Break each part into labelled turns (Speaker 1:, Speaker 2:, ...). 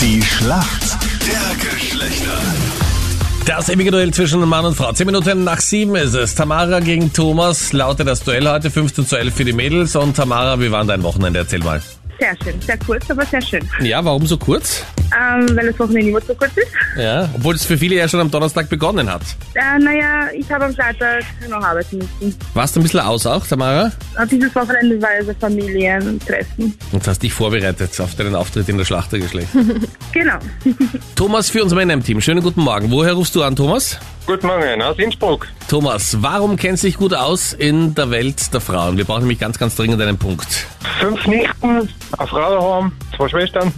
Speaker 1: Die Schlacht der Geschlechter.
Speaker 2: Das ewige Duell zwischen Mann und Frau. Zehn Minuten nach sieben ist es. Tamara gegen Thomas lautet das Duell heute. 15 zu 11 für die Mädels. Und Tamara, wie war denn dein Wochenende? Erzähl mal.
Speaker 3: Sehr schön, sehr kurz, aber sehr schön.
Speaker 2: Ja, warum so kurz?
Speaker 3: Ähm, weil das Wochenende immer so kurz ist.
Speaker 2: Ja, obwohl es für viele ja schon am Donnerstag begonnen hat.
Speaker 3: Äh, naja, ich habe am Freitag noch arbeiten müssen.
Speaker 2: Warst du ein bisschen aus auch, Tamara?
Speaker 3: Und dieses Wochenende war also Familientreffen.
Speaker 2: Und hast dich vorbereitet auf deinen Auftritt in der Schlachtergeschlecht.
Speaker 3: Genau.
Speaker 2: Thomas für uns Männer im Team. Schönen guten Morgen. Woher rufst du an, Thomas?
Speaker 4: Guten Morgen aus Innsbruck.
Speaker 2: Thomas, warum kennst du dich gut aus in der Welt der Frauen? Wir brauchen nämlich ganz, ganz dringend einen Punkt.
Speaker 4: Fünf Nichten, eine Frau daheim, zwei Schwestern.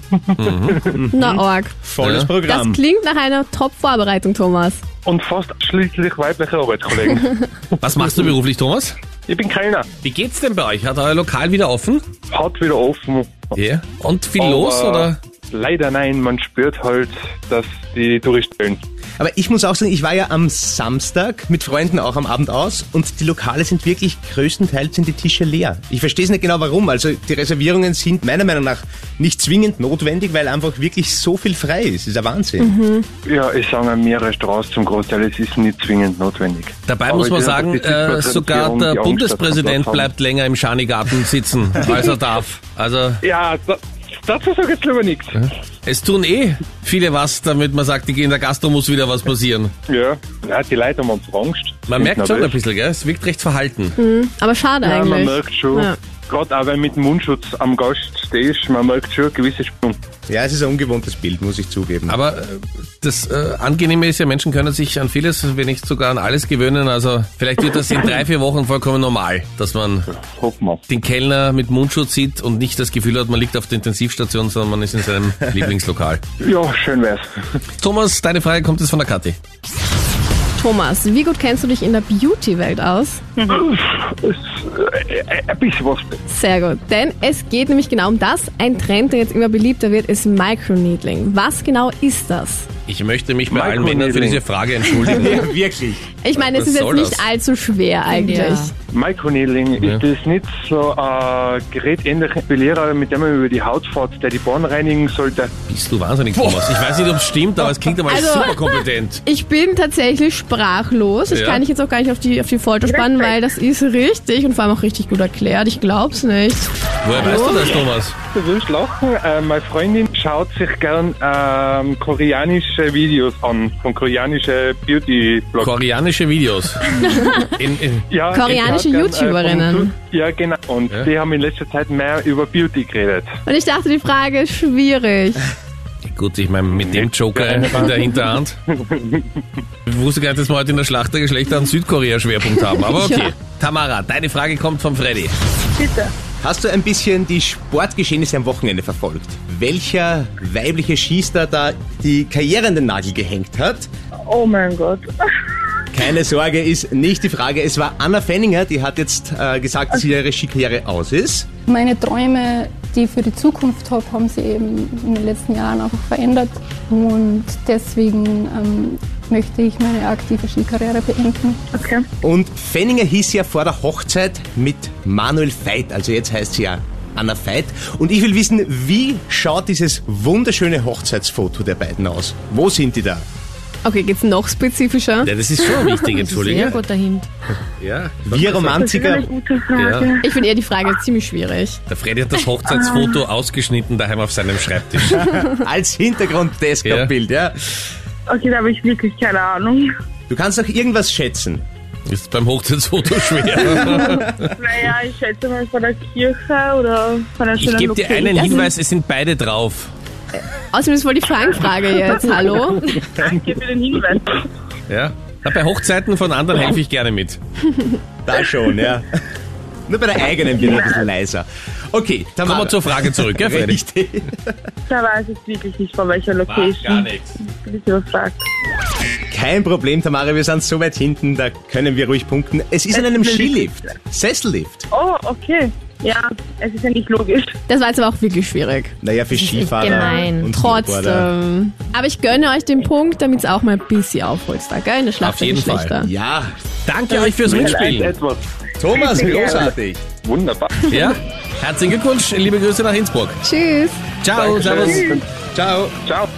Speaker 5: Na, Org.
Speaker 6: Volles
Speaker 2: Ja.
Speaker 5: Das
Speaker 6: Programm.
Speaker 5: klingt nach einer Top-Vorbereitung, Thomas.
Speaker 4: Und fast schließlich weibliche Arbeitskollegen.
Speaker 2: Was machst du beruflich, Thomas?
Speaker 4: ich bin keiner.
Speaker 2: Wie geht's denn bei euch? Hat euer Lokal wieder offen?
Speaker 4: Hat wieder offen.
Speaker 2: Ja. Und viel
Speaker 4: Aber
Speaker 2: los, oder?
Speaker 4: Leider nein, man spürt halt, dass die Touristen wollen.
Speaker 6: Aber ich muss auch sagen, ich war ja am Samstag mit Freunden auch am Abend aus und die Lokale sind wirklich größtenteils sind die Tische leer. Ich verstehe es nicht genau warum. Also die Reservierungen sind meiner Meinung nach nicht zwingend notwendig, weil einfach wirklich so viel frei ist. Ist ja Wahnsinn.
Speaker 4: Ja, ich sage an mehrere Straßen zum Großteil, es ist nicht zwingend notwendig.
Speaker 2: Dabei
Speaker 4: Aber
Speaker 2: muss man
Speaker 4: die haben
Speaker 2: sagen,
Speaker 4: doch die
Speaker 2: äh,
Speaker 4: Sitzplatz-
Speaker 2: sogar
Speaker 4: die
Speaker 2: der
Speaker 4: Augenstadt-
Speaker 2: Bundespräsident
Speaker 4: Platz haben.
Speaker 2: bleibt länger im Schanigarten sitzen, als er darf. Also
Speaker 4: Ja, da, dazu sage ich jetzt lieber nichts.
Speaker 2: es tun eh viele was, damit man sagt, in der Gastro muss wieder was passieren.
Speaker 4: Ja. ja, die Leute haben uns Angst.
Speaker 2: Man
Speaker 4: Sind
Speaker 2: merkt schon ein
Speaker 4: nervös.
Speaker 2: bisschen, gell? es wirkt recht verhalten.
Speaker 4: Hm.
Speaker 5: Aber schade
Speaker 4: Ja, man
Speaker 5: eigentlich.
Speaker 4: merkt schon.
Speaker 5: Ja.
Speaker 4: Gerade auch wenn mit dem Mundschutz am Gast stehst, man merkt schon eine gewisse Spannung.
Speaker 6: Ja, es ist ein ungewohntes Bild, muss ich zugeben.
Speaker 2: Aber äh, das äh, Angenehme ist ja, Menschen können sich an vieles, wenn nicht sogar an alles gewöhnen. Also vielleicht wird das in drei, vier Wochen vollkommen normal, dass man
Speaker 4: Hoffen wir.
Speaker 2: den Kellner mit Mundschutz sieht und nicht das Gefühl hat, man liegt auf der Intensivstation, sondern man ist in seinem Lieblingslokal.
Speaker 4: Ja, schön wär's.
Speaker 2: Thomas, deine Frage kommt jetzt von der Kathi.
Speaker 5: Thomas, wie gut kennst du dich in der Beauty-Welt aus?
Speaker 4: Es, äh, ein bisschen was.
Speaker 5: Sehr gut. Denn es geht nämlich genau um das. Ein Trend, der jetzt immer beliebter wird, ist Microneedling. Was genau ist das?
Speaker 2: Ich möchte mich bei allen
Speaker 4: Microneedling.
Speaker 2: Männern für diese Frage entschuldigen.
Speaker 6: Ja, wirklich.
Speaker 5: Ich meine, es
Speaker 2: Was
Speaker 5: ist jetzt
Speaker 2: soll
Speaker 5: nicht
Speaker 2: das?
Speaker 5: allzu schwer eigentlich.
Speaker 4: Microneedling, ist das nicht so ein gerätähnlicher Belehrer, mit dem man über die Haut fährt, der die Bahn reinigen sollte?
Speaker 2: Bist du wahnsinnig, Thomas? Ich weiß nicht, ob es stimmt, aber es klingt einmal
Speaker 5: Also-
Speaker 2: super kompetent.
Speaker 5: Ich bin tatsächlich sprachlos. Das
Speaker 2: Ja.
Speaker 5: kann ich jetzt auch gar nicht auf die, auf die Folter spannen, weil das ist richtig und vor allem auch richtig gut erklärt. Ich glaub's nicht.
Speaker 2: Woher weißt du das, Thomas?
Speaker 4: Du wirst lachen. Äh, meine Freundin schaut sich gern ähm, koreanische Videos an, von koreanischen Beauty-Blogs.
Speaker 2: Koreanische Videos. In, in,
Speaker 4: Ja,
Speaker 5: Koreanische
Speaker 4: ich hab gern,
Speaker 5: YouTuberinnen.
Speaker 4: vom Su- ja, genau. Und
Speaker 2: Ja.
Speaker 4: die haben in letzter Zeit mehr über Beauty geredet.
Speaker 5: Und ich dachte, die Frage ist schwierig.
Speaker 2: Gut, ich meine, mit dem Joker in der Hinterhand. Ich wusste gar nicht, dass wir heute in der Schlacht der Geschlechter einen Südkorea-Schwerpunkt haben, aber okay.
Speaker 5: Ja.
Speaker 2: Tamara, deine Frage kommt von Freddy.
Speaker 3: Bitte.
Speaker 6: Hast du ein bisschen die Sportgeschehnisse am Wochenende verfolgt? Welcher weibliche Schießer da die Karriere an den Nagel gehängt hat?
Speaker 3: Oh mein Gott.
Speaker 6: Keine Sorge, ist nicht die Frage. Es war Anna Fenninger, die hat jetzt äh, gesagt, dass ihre Skikarriere aus ist.
Speaker 7: Meine Träume, die ich für die Zukunft habe, haben sich eben in den letzten Jahren einfach verändert. Und deswegen ähm, möchte ich meine aktive Skikarriere beenden.
Speaker 3: Okay.
Speaker 6: Und Fenninger hieß ja vor der Hochzeit mit Manuel Veit, also jetzt heißt sie ja Anna Veit. Und ich will wissen, wie schaut dieses wunderschöne Hochzeitsfoto der beiden aus? Wo sind die da?
Speaker 5: Okay, geht's noch spezifischer?
Speaker 2: Ja, das ist schon wichtig, entschuldige.
Speaker 5: guter Hint.
Speaker 2: Ja,
Speaker 6: Wir
Speaker 3: Das ist eine
Speaker 6: Romantiker.
Speaker 3: gute Frage.
Speaker 2: Ja.
Speaker 5: Ich finde eher die Frage ziemlich schwierig.
Speaker 2: der Freddy hat das
Speaker 5: Ah.
Speaker 2: Hochzeitsfoto ausgeschnitten daheim auf seinem Schreibtisch.
Speaker 6: Als Hintergrund-Desktop-Bild, ja.
Speaker 3: Okay, da habe ich wirklich keine Ahnung.
Speaker 6: Du kannst doch irgendwas schätzen.
Speaker 2: Ist beim Hochzeitsfoto schwer.
Speaker 3: Naja, ich schätze mal von der Kirche oder von einer
Speaker 2: Ich
Speaker 3: schönen Also,
Speaker 2: gebe dir
Speaker 3: Lokation.
Speaker 2: einen Hinweis, es sind beide drauf.
Speaker 5: Außerdem ist voll die Fangfrage jetzt. Hallo?
Speaker 3: Danke für den Hinweis.
Speaker 2: Ja. Na, bei Hochzeiten von anderen helfe ich gerne mit.
Speaker 6: Da schon, ja. Nur bei der eigenen bin ich ein bisschen leiser. Okay, dann
Speaker 2: Kommen wir zur Frage zurück, gell, Freddy?
Speaker 6: Richtig.
Speaker 3: Da weiß ich wirklich nicht, von welcher Location.
Speaker 2: nichts.
Speaker 3: Bin ich überfragt.
Speaker 6: Kein Problem, Tamara, wir sind so weit hinten, da können wir ruhig punkten. Es ist in einem Skilift, Sessellift.
Speaker 3: Oh, okay. Ja, es ist ja nicht logisch.
Speaker 5: Das war jetzt aber auch wirklich schwierig.
Speaker 6: Naja, für Skifahrer
Speaker 5: Gemein.
Speaker 6: und Snowboarder.
Speaker 5: Trotzdem. Aber ich gönne euch den Punkt, damit es auch mal ein bisschen aufholst. Da, gell? In der Schlacht
Speaker 2: Auf
Speaker 5: der
Speaker 2: jeden Fall.
Speaker 5: Geschlechter.
Speaker 6: Ja,
Speaker 2: Danke euch fürs
Speaker 4: Vielleicht
Speaker 2: Mitspielen.
Speaker 4: etwas.
Speaker 6: Thomas, großartig.
Speaker 4: Wunderbar.
Speaker 2: Ja? Herzlichen Glückwunsch, liebe Grüße nach Innsbruck.
Speaker 5: Tschüss.
Speaker 2: Ciao, servus.
Speaker 8: Ciao.
Speaker 2: Ciao.